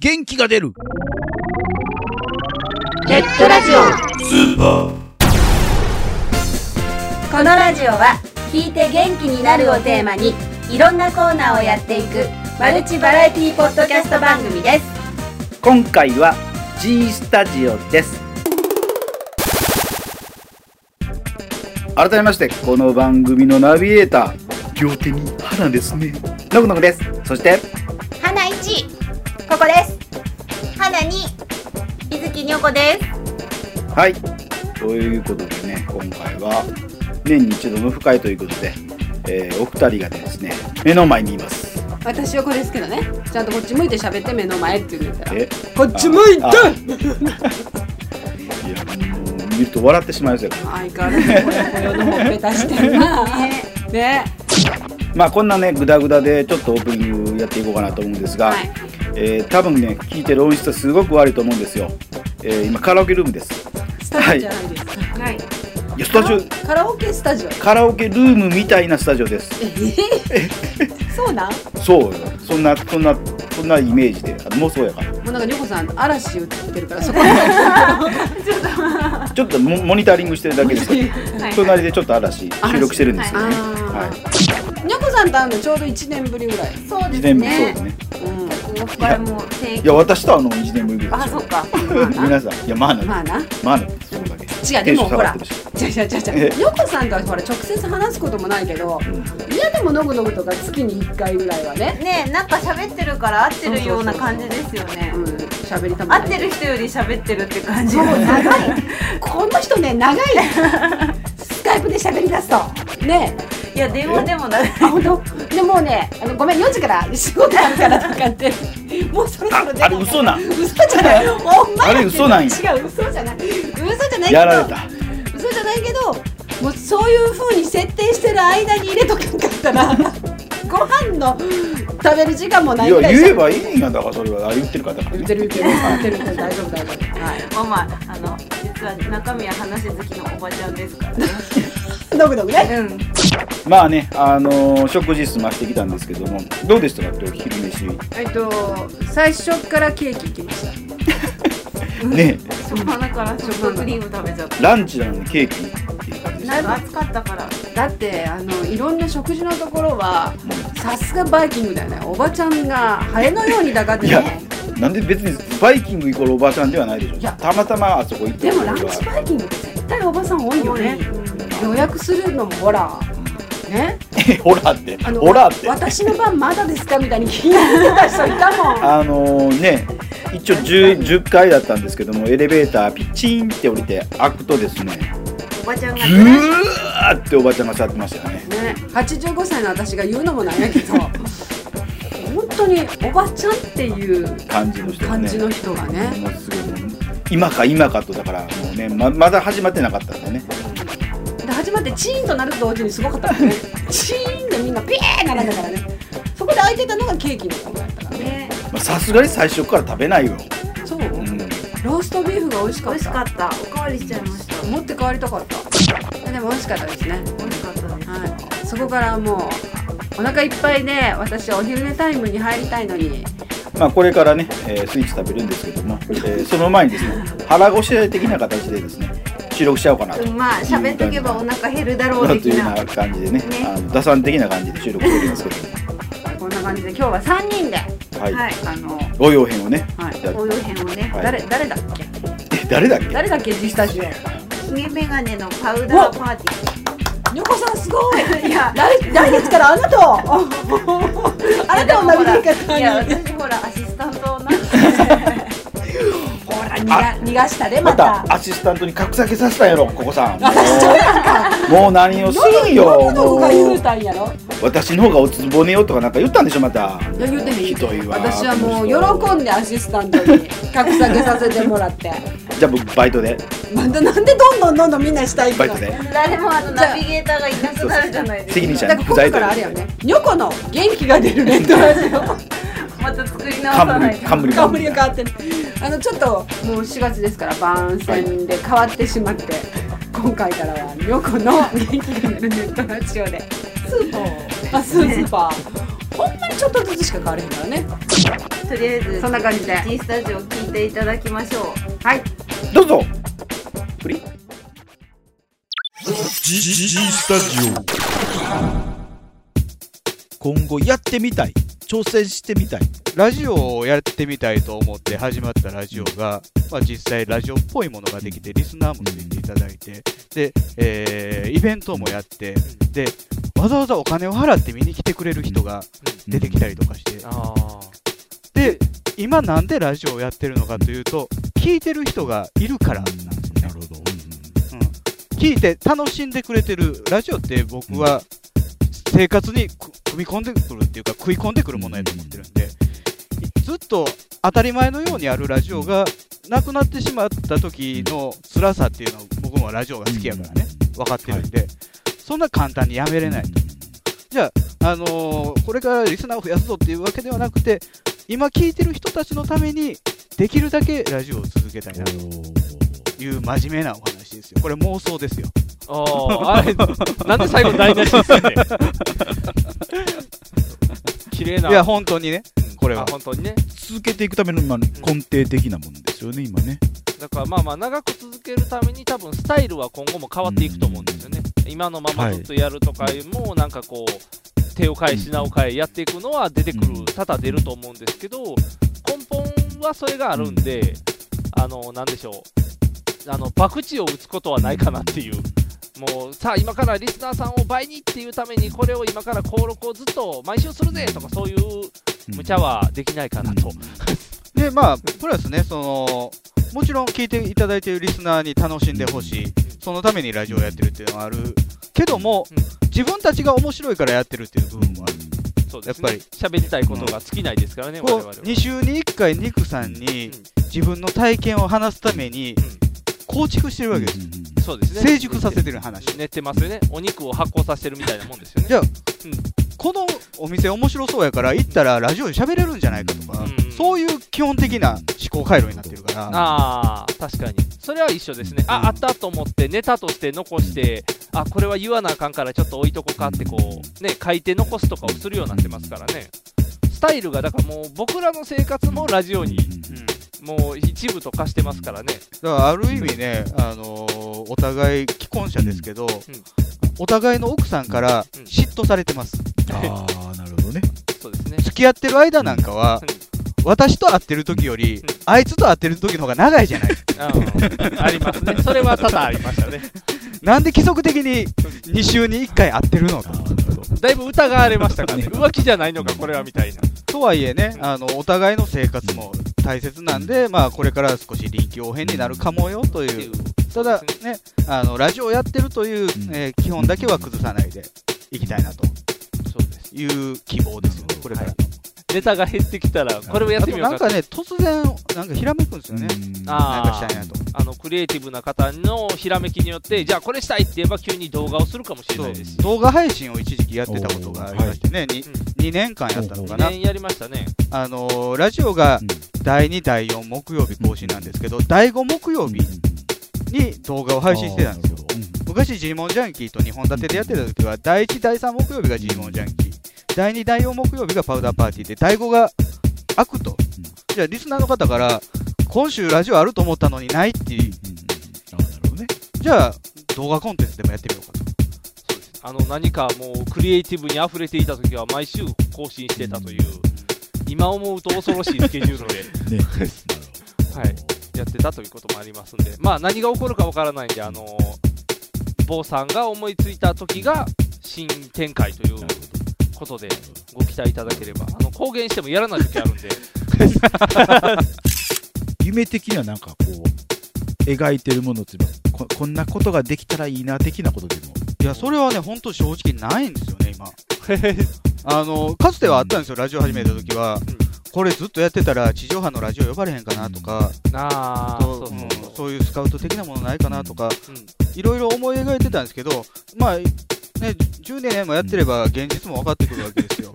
元気が出るネットラジオこのラジオは聞いて元気になるをテーマにいろんなコーナーをやっていくマルチバラエティポッドキャスト番組です今回は G スタジオです改めましてこの番組のナビゲーター両手に花ですねのぶのぶですそして花一ここです花二伊豆木にょこですはいということでね今回は年に一度のオフ会ということで、えーお二人がですね目の前にいます私はこれですけどねちゃんとこっち向いて喋って目の前って言うんだったらえこっち向いてあいやもう見ると笑ってしまいますよ相変わらずこれこのほっぺたしてるなねまあこんなねグダグダでちょっとオープニングやっていこうかなと思うんですが、はいえー多分ね聞いてる音質すごく悪いと思うんですよ、えー今カラオケルームですスタジオじゃないですか、はいいやスタジオカラオケスタジオカラオケルームみたいなスタジオですそうなんそうそんなそんなそんなイメージであもうそうやからもうなんかりょこさん嵐歌ってるからそこまちょっとモモニタリングしてるだけですけど隣でちょっと嵐嵐収録してるんですよねはいはでにょこさんと会うのちょうど1年ぶりぐらい、そういで一す年ぶりそうでねすねうん、これも正いや私とはあの一年ぶりぐらあいでそっかすよ 皆さんいやまあなまあまあななそこだけ違うでもほらテンションじゃじゃじゃじゃえにょこさんとはほら直接話すこともないけどいやでものぐのぐとか月に1回ぐらいはねねえなんか喋ってるから合ってるような感じですよねうん喋りたま合ないってる人より喋ってるって感じもう長いこの人ね長いスカイプで喋り出すとねいや電話でも長いあ本当でもうねあのごめん4時から仕事あるからとかってもうそろそろ出ああれ嘘なん嘘じゃないお前あれ嘘なんや違う嘘じゃない嘘じゃないけどやられた嘘じゃないけどもうそういう風に設定してる間に入れとかんかったら ご飯の食べる時間もないぐいらやい言えばいいんやだからそれはあれ言ってるからだから言ねってる言ってる言ってる言ってる大丈夫大丈夫はいまあまあ、あの、実は中身は話好きのおばちゃんですからね。ドクドクねうん。まあねあのー食事済ましてきたんですけどもどうでしたか今日昼飯えっと最初からケーキいきました。ね初っ端からソフトクリーム食べちゃっ。ランチなのにケーキっていう感じでした暑かったから。だってあのいろんな食事のところはさすがバイキングだよね。おばちゃんがハエのようにだかっていやね。なんで別にバイキングイコールおばさんではないでしょいやたまたまあそこ行ってでもランチバイキングって絶対おばさん多いよね。予約するのもほらね。 ほらってあのほらって私の番まだですかみたいに聞いてた人いたもん。 あのーね一応 10, 10階だったんですけどもエレベーターピチンって降りて開くとですねおばちゃんがずーっておばちゃんが座ってましたよねね、85歳の私が言うのもなんや けど本当におばちゃんっていう感じの人が感ねじの人がね。もうすごいもう今か今かとだからもうねままだ始まってなかったんだよねで始まってチーンとなると同時にすごかったもんねチーンでみんなピーンならだからねそこで空いてたのがケーキのコーナーだったからねね、まあさすがに最初から食べないよ、そううん、ローストビーフが美味し美かっ味したかった。おかわりしちゃいました。持って帰りたかったでも美味しかったですね美味しかったです。はいそこからもうお腹いっぱいで私はお昼寝タイムに入りたいのにまあこれからね、えースイーツ食べるんですけども、えーその前にですね腹ごしらえ的な形でですね収録しちゃおうかなとうん、まあ、喋っとけばお腹減るだろうと的いうような。な感じでねねあの打算的な感じで収録しておりますけどこんな感じで今日は3人でもはい、 はい。あの、応用編をね、はいや 応用編をね。はい誰誰だっけえ誰だっけ誰だっけ G スタジひオげメガネのパウダーパーテニョコさんすごいィー。いや、来来月 からあなたをあなたをナビゲーターいにや、私ほら、アシスタントなんで。ほら逃が逃がしたでままたたアシスタントに格下げさせたんやろここ さんもうもう何をするよののもが言ううたんやろ私の方がおつぼねよとかなんか言ったんでしょまたいや言うてへんひどいわ私はもこうの喜んでアシスタントに格下げさせてもらって人じゃあ僕バイトでまたなんでどんどんどんどんみんなしたいバイトで誰もあの、ナビゲーターがいなくなるじゃない責で任す者か。だから今度からあれよねニョコの元気が出るレッドラジオまた作り直さないと。冠冠が変わってるあのちょっともう4月ですから番宣で変わってしまって、今回からはニョコの元気が出るネットラジオでスーパーあスーパー、ほんまにちょっとずつしか変われへんからねとりあえずそんな感じで G スタジオ聞いていただきましょうはいどうぞプリ G, G, G スタジオ今後やってみたい挑戦してみたいラジオをやってみたいと思って始まったラジオが、まあ、実際ラジオっぽいものができてリスナーもついていただいてで、えーイベントもやってでわざわざお金を払って見に来てくれる人が出てきたりとかして、あで今なんでラジオをやってるのかというと聞いてる人がいるからなんですよねなるほど、聞いて楽しんでくれてるラジオって僕は生活にく組み込んでくるっていうか食い込んでくるものやと思ってるんでずっと当たり前のようにあるラジオがなくなってしまった時の辛さっていうのは僕もラジオが好きやからね分かってるんでそんな簡単にやめれないじゃあ、あのーこれからリスナーを増やすぞっていうわけではなくて今聞いてる人たちのためにできるだけラジオを続けたいなという真面目なお話ですよこれ妄想ですよあああれなんで最後台無しにす んねん綺麗ないいや本当にねこれあは本当にね続けていくための、まあ、根底的なもんですよね今ねだからまあまあ長く続けるために多分スタイルは今後も変わっていくと思うんですよね、今のままずっとやるとかもなんかこう手を変え品を変えやっていくのは出てくる多々出ると思うんですけど根本はそれがあるんであのなんでしょうあの博打を打つことはないかなっていうもうさあ今からリスナーさんを倍にっていうためにこれを今から登録をずっと毎週するぜとかそういう無茶はできないかなと、でまあプラスねそのもちろん聞いていただいているリスナーに楽しんでほしいそのためにラジオをやってるっていうのはあるけども、うん自分たちが面白いからやってるっていう部分もある、そうですねやっ喋りたいことが尽きないですからね、我こう々は2週に1回ニクさんにうん自分の体験を話すために構築してるわけです、そうですね成熟させてる話練ってますよねお肉を発酵させてるみたいなもんですよねじゃあこのお店面白そうやから行ったらラジオで喋れるんじゃないかとか、うんそういう基本的な思考回路になってるからあー確かにそれは一緒ですねああったと思ってネタとして残してあこれは言わなあかんからちょっと置いとこかってこうね書いて残すとかをするようになってますからねスタイルがだからもう僕らの生活もラジオに、もう一部と化してますからねだからある意味ね、あのーお互い既婚者ですけど、お互いの奥さんからうん嫉妬されてます、ああなるほどねそ うですね付き合ってる間なんかは、私と会ってる時より、んあいつと会ってる時の方が長いじゃないうんありますねそれは多々ありましたね なんで規則的に2週に1回会ってるのとだいぶ疑われましたからね浮気じゃないのかこれはみたいなとはいえねあのお互いの生活も大切なんで、まあ、これから少し臨機応変になるかもよとっていいううただねあのラジオをやってるという、えー基本だけは崩さないでいきたいなとそうですいう希望ですよねこれから。ネタが減ってきたらこれをやっあてとみよなうんかかね、突然、なんかひらめくんですよね。なんかあしーたいなと。あのクリエイティブな方のひらめきによってじゃあこれしたいって言えば急に動画をするかもしれないですし動画配信を一時期やってたことがありましてね、にうん2年間やったのか2な。年やりましたねあのー、ラジオがうん第2、第4木曜日更新なんですけど、第5木曜日に動画を配信してたんですよ。昔、ジーモンジャンキーと2本立てでやってた時は、第1、第3木曜日がジーモンジャンキー、第2、第4木曜日がパウダーパーティーで、第5がアクトうん。じゃあ、リスナーの方から、今週ラジオあると思ったのにないっていう、ああなるほどねじゃあ、動画コンテンツでもやってみようかと。そうですあの何かもうクリエイティブに溢れていた時は毎週更新してたという今思うと恐ろしいスケジュール でねはいやってたということもありますんでまあ何が起こるかわからないんであの坊さんが思いついた時が新展開ということでご期待いただければあの公言してもやらない時あるんで夢的にはなんかこう描いてるものっていうのはここんなことができたらいいな的なことでもいや、それはね、本当正直ないんですよね、今。あの、かつてはあったんですよ、ラジオ始めた時は。これずっとやってたら、地上波のラジオ呼ばれへんかなとか、ああとそうそううんそうそういうスカウト的なものないかなとか、うんいろいろ思い描いてたんですけど、まあ、ね、10年もやってれば現実も分かってくるわけですよ。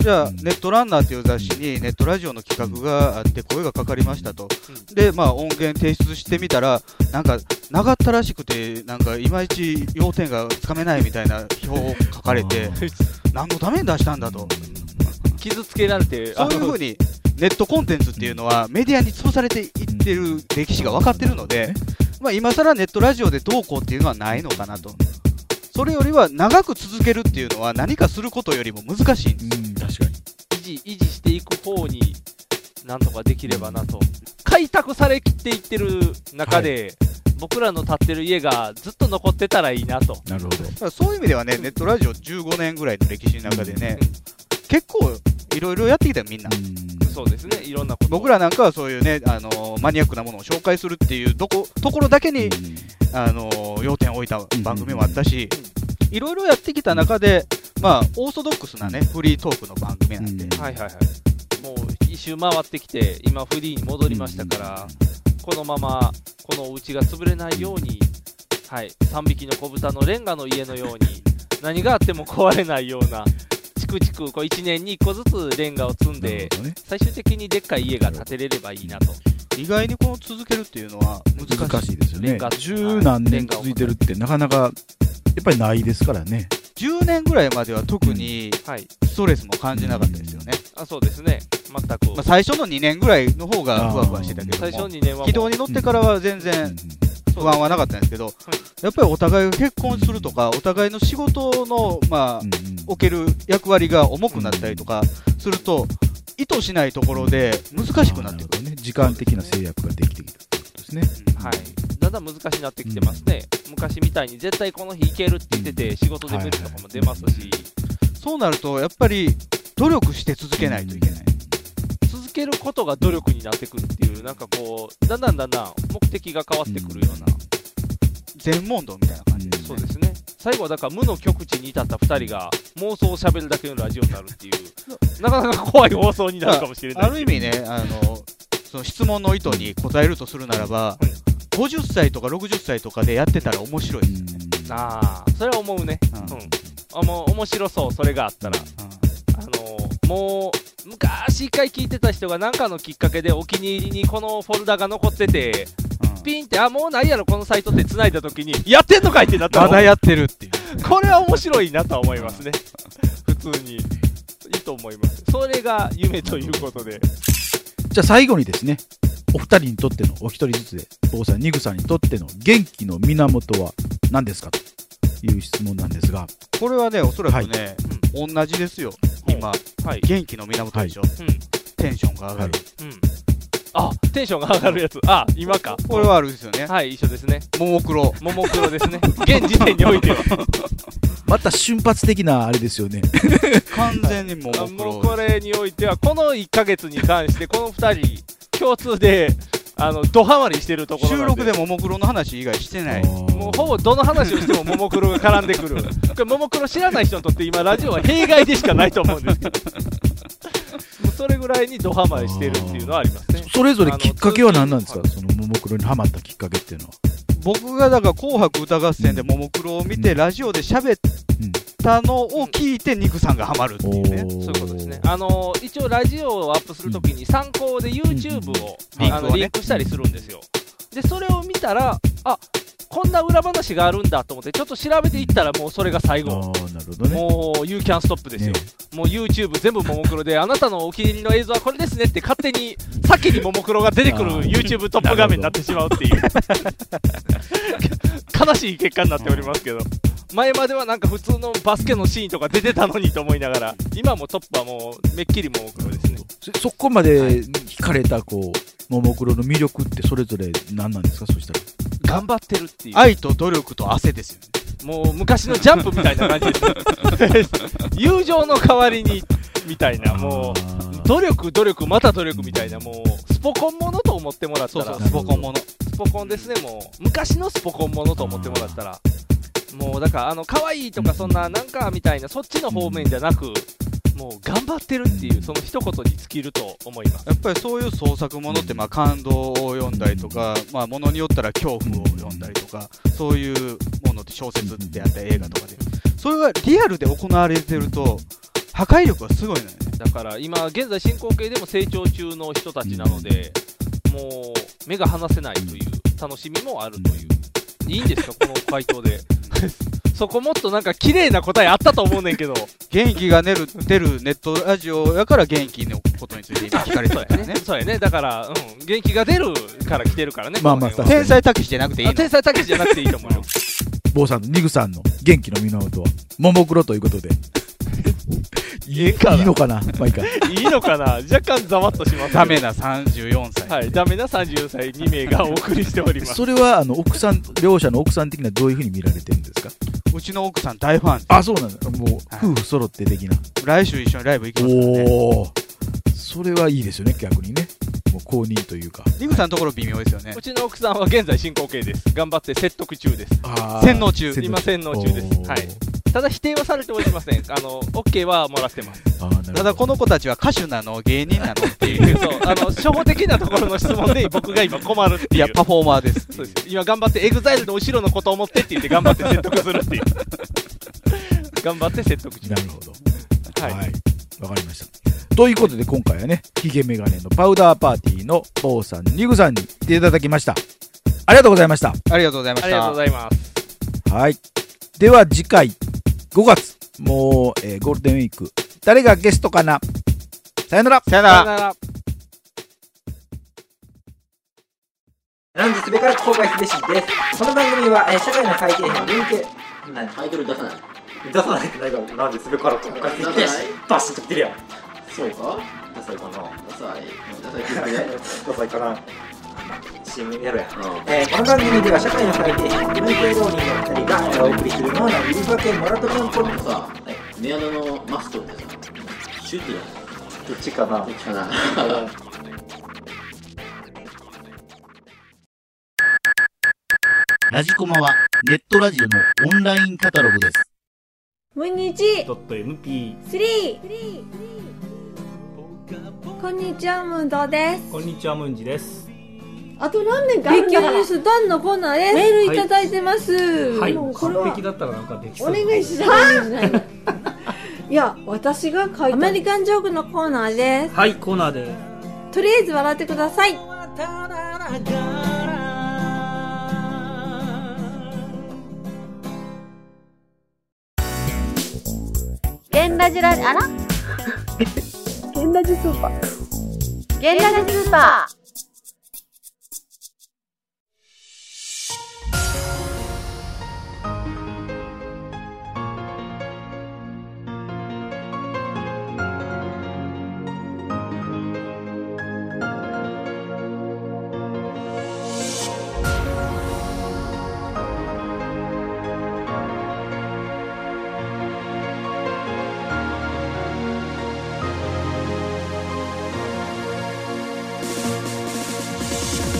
じゃあ、ネットランナーっていう雑誌にネットラジオの企画があって声がかかりましたと。で、まあ音源提出してみたら、なんか、長ったらしくて、なんかいまいち要点がつかめないみたいな表を書かれて、何のために出したんだと。傷つけられて、そういうふうにネットコンテンツっていうのはメディアに潰されていってる歴史が分かってるので、まあ、今更ネットラジオでどうこうっていうのはないのかなと。それよりは長く続けるっていうのは何かすることよりも難しいんです。うん、確かに。維持維持していく方になんとかできればなと開拓されきっていってる中で、僕らの建ってる家がずっと残ってたらいいなとなるほど。だからそういう意味ではね、ネットラジオ15年ぐらいの歴史の中でね、結構いろいろやってきたよ、みんな。うんそうですねいろんなこと僕らなんかはそういうね、あのーマニアックなものを紹介するっていうどこところだけに、あのー要点を置いた番組もあったし、いろいろやってきた中で、まあ、オーソドックスなね、フリートークの番組なんで、うんはいはいはいもう一周回ってきて今フリーに戻りましたから、このままこのお家が潰れないように、はい、3匹の子豚のレンガの家のように何があっても壊れないようなチクチクこう1年に1個ずつレンガを積んなるでほどね。最終的にでっかい家が建てれればいいなと意外にこの続けるっていうのは難しい。難しいですよレンねガ。十何年続いてるってなかなか、やっぱりないですからね。 10年ぐらいまでは特にはいストレスも感じなかったですよね。あそうですね全く、まあ、最初の2年ぐらいの方がふわふわしてたけ最ども初、2年はもう軌道に乗ってからは全然不安はなかったんですけど、やっぱりお互いが結婚するとか、お互いの仕事の、まあ、おける役割が重くなったりとかすると、意図しないところで難しくなってくる。るね。時間的な制約ができてきたってことですね。はい、だんだん難しくなってきてますね、昔みたいに絶対この日行けるって言ってて、仕事で出るとかも出ますし、そうなると、やっぱり努力して続けないといけない。続けることが努力になってくるっていう、なんかこう、だんだんだんだん目的が変わってくるような、全問答みたいな感じです、ね。そうですね、最後はだから無の極地に至った2人が妄想をしゃべるだけのラジオになるっていう、なかなか怖い放送になるかもしれないある意味ね、あの、その質問の意図に答えるとするならば、50歳とか60歳とかでやってたら面白いですよね。なあ、それは思うね、うんうん、あもう面白そう、それがあったら。あのもう昔一回聞いてた人が何かのきっかけでお気に入りにこのフォルダが残っててうんピンってあもうないやろこのサイトって繋いだ時にやってんのかいってなったまだらやってるっていう。これは面白いなとは思いますね普通にいいと思いますそれが夢ということでじゃあ最後にですね、お二人にとっての、お一人ずつで、坊さん、ニグさんにとっての元気の源は何ですかという質問なんですが、これはね、おそらくね、同じですよ。今、はい元気の源でしょ。うんテンションが上がる。うんあテンションが上がるやつあ今かこれはあるんですよね。はい一緒ですねももクロ。ももクロですね現時点においてはまた瞬発的なあれですよね。完全にもあもクもうロ。これにおいてはこの1ヶ月に関してこの2人共通であのドハマりしてるところ収なん録でももクロの話以外してない。もうほぼどの話をしてもももクロが絡んでくるこれももクロ知らない人にとって今ラジオは弊害でしかないと思うんですけどもうそれぐらいにドハマりしてるっていうのはありますねそれぞれきっかけは何なんですあかのそのももクロにハマったきっかけっていうのは。僕がだから紅白歌合戦でももクロを見て、うんラジオで喋ったのを聞いて、ニクさんがハマるっていうね。そういうことですねあの一応ラジオをアップするときに参考で YouTube を、うんうんリンあクをのねリンクしたりするんですよでそれを見たらあこんな裏話があるんだと思ってちょっと調べていったらもうそれが最あ後あ、なるほどね。もう You Can Stop ですよ、ねもう YouTube 全部ももクロであなたのお気に入りの映像はこれですねって勝手に先にももクロが出てくるあー YouTube トップ画面になってしまうっていう 悲しい結果になっておりますけど前まではなんか普通のバスケのシーンとか出てたのにと思いながら今もトップはもうめっきりももクロですねそそこまで惹かれた、こう、ももクロの魅力ってそれぞれ何なんですかそしたら。頑張ってるっていう愛と努力と汗ですよね。もう昔のジャンプみたいな感じです 友情の代わりにみたいなもうあ努力努力また努力みたいなもうスポコンものと思ってもらったらそうスポコンもの。スポコンですね、もう昔のスポコンものと思ってもらったら、もうだから、あの可愛いとか、そんななんかみたいな、そっちの方面じゃなく、もう頑張ってるっていう、その一言に尽きると思います。やっぱりそういう創作ものって、まあ、感動を読んだりとか、まあ、ものによったら恐怖を読んだりとか、そういうものって小説であったり映画とかで、それがリアルで行われてると、破壊力がすごいのよね。だから今、現在進行形でも成長中の人たちなので、もう目が離せないという、楽しみもあるという、いいんですか、この回答で。そこもっとなんか綺麗な答えあったと思うねんけど元気が出る出るネットラジオやから元気のことについて今聞かれてそたうかやらねねそうやねだから、うん、元気が出るから来てるからねまあまあこの辺 は天才たけしじゃなくていいあの天才たけしじゃなくていいと思うよ坊さんのニグさんの元気の源はももクロということでいい かないのかなまあいいかいいのかな若干ざわっとしますけどダメな34歳、はいダメな34歳2名がお送りしておりますそれはあの奥さん両者の奥さん的にはどういうふうに見られてるんですかうちの奥さん大ファンあそうなんだもう夫婦揃って的な、来週一緒にライブ行きますからねおおそれはいいですよね逆にねもう公認というかリグさんのところ微妙ですよねうちの奥さんは現在進行形です頑張って説得中ですあー洗脳中洗今洗脳中ですおーはいただ否定はされておりませんあの OK はもらってますあーなるほどただこの子たちは歌手なの芸人なのって いうそうあの初歩的なところの質問で僕が今困るっていういやパフォーマーですってそいううです今頑張ってエグザイルの後ろのことを思ってって言って頑張って説得するっていう頑張って説得しなまるほどすはい、はい。わかりました。ということで、今回はね、ヒゲメガネのパウダーパーティーの坊さん、ニグさんに来ていただきました。ありがとうございました。 ありがとうございまあしりがとうたございますはい。では次回、5月、もう、えーゴールデンウィーク、誰がゲストかなさよならさよなさらよならなんですべから公開秀しです。この番組は、えー社会の最低限に向け、何タイトル出さない出さないってないから、なんですべから公開秀し出出さないしとってるやん。そうかダサいかな。ダサいダサい聞いてダサいかな。CM やるやん。うんえーこの番組では社会の最低限に向け浪人の二人が、えーお送りするのは、なんですべからモラトコンポンとさあえメアドのマストってさシュートじゃないどっちかなどっ。ちかなラジコマはネットラジオのオンラインカタログです。こんにちドット MP。こんにちはムンドですこんにちは、ムンジです。あと何年か勉強ニュースダンのコーナーですメールいただいてます、これはだったらなんかできお願いします。いや、私が書いた。アメリカンジョークのコーナーですはい、コーナーで。とりあえず笑ってくださいゲンラジラあらゲンラジスーパー。ゲンラジスーパー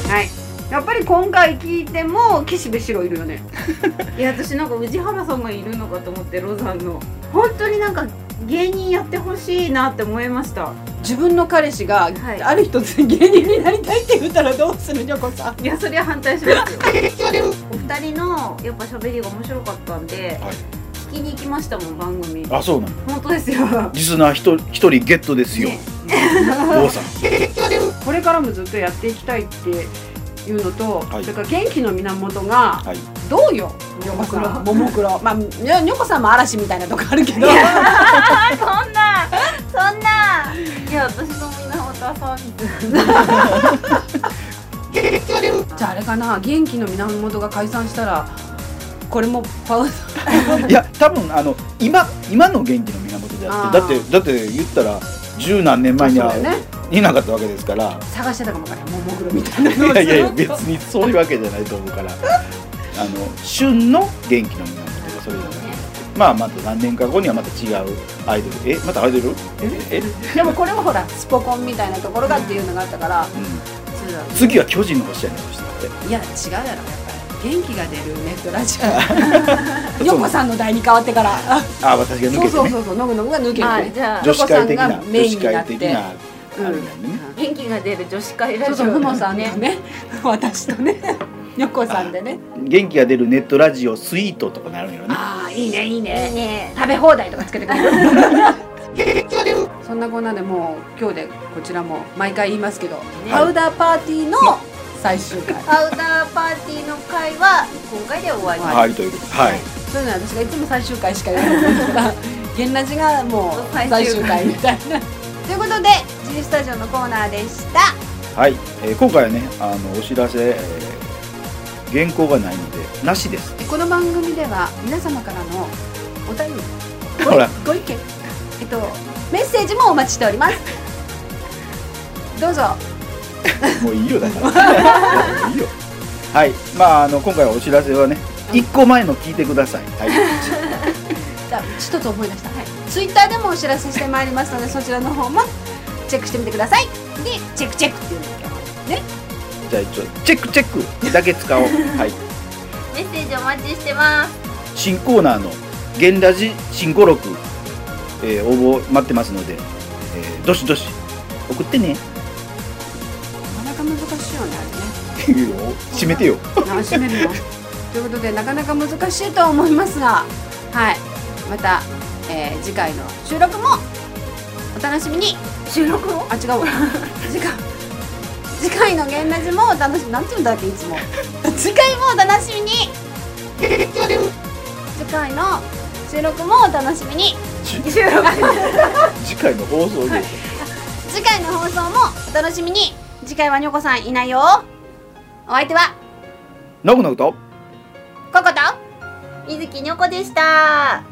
はい。やっぱり今回聞いても岸部四郎いるよね。 いや私なんか宇治原さんがいるのかと思ってロザンの本当になんか芸人やってほしいなって思いました。自分の彼氏がある日突然芸人になりたいって言ったらどうするジョコさん。いやそれは反対しますよ。お二人のやっぱ喋りが面白かったんで、はい聞きに行きましたもん番組。あ、そうなんだ。本当ですよ。リスナー一人一人ゲットですよ。ね坊さん。これからもずっとやっていきたいっていうのと、はいそれから元気の源がはい。どうよ。ニョコさん。ももクロ。まあ、ニョコさんも嵐みたいなとこあるけど。そんなそんないや私の源は沢光じゃああれかな、元気の源が解散したら。これもパウダーいや多分あの今今の元気の源であってだあーってだって言ったら十何年前にはそうだよねいなかったわけですから、探してたかもわからん、ももクロみたいな。いやいやいや別にそういうわけじゃないと思うからあの旬の元気の源がそれじゃないまあまた何年か後にはまた違うアイドルえまたアイドルええ、でもこれもほらスポコンみたいなところがっていうのがあったかうら、ん、そうだ次は巨人の星やねんそしたらっていや違うやろやっぱり元気が出るネットラジ オヨコさんの代に変わってからああ私が抜けてそうねそうそうそうノグノグが抜けて、はいじゃあ女子会的なヨコさんがメ女イ子ンにな会って的なあうんれなんでね、元気が出る女子会ラジそオうそうふもさんとね私とね ヨコさんでね元気が出るネットラジオスイートとかなるんやろねああいいねいいいいね食べ放題とかつけてくれるそんなこんなでもう今日でこちらも毎回言いますけど、パウダーパーティーの最終回パウダーパーティーの会は今回で終わりますはいということではいそういうのは私がいつも最終回しか言わない から現ラジがもう最終回みたい なということで G スタジオのコーナーでしたはい、えー今回はねあのお知らせ、えー原稿がないのでなしですこの番組では皆様からのお便りほらご意見えっとメッセージもお待ちしており ますどうぞもういいよだからもういいよはいまああの今回はお知らせはね一個前の聞いてくださいはいじゃあ一つ思い出した、はい、ツイッターでもお知らせしてまいりますのでそちらの方もチェックしてみてくださいでチェックチェックっていうんですけどねじゃあ一応チェックチェックだけ使おうはいメッセージお待ちしてます新コーナーの「現ラジ新語録」えー応募待ってますので、えーどしどし送ってねなかなか難しいよねあ締めてよれね楽しめるよということでなかなか難しいとは思いますがはいまた、えー次回の収録もお楽しみに収録をあ違 うわ次回次回の「ゲンラジ」もお楽しみなんて言うんだっけいつも次回もお楽しみに次回の収録もお楽しみに収録次回の放送で次回の放送もお楽しみに次回はにょこさんいないよお相手はノブノブとココと水木にょこでした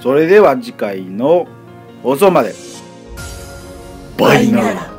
それでは次回の放送までバイナラ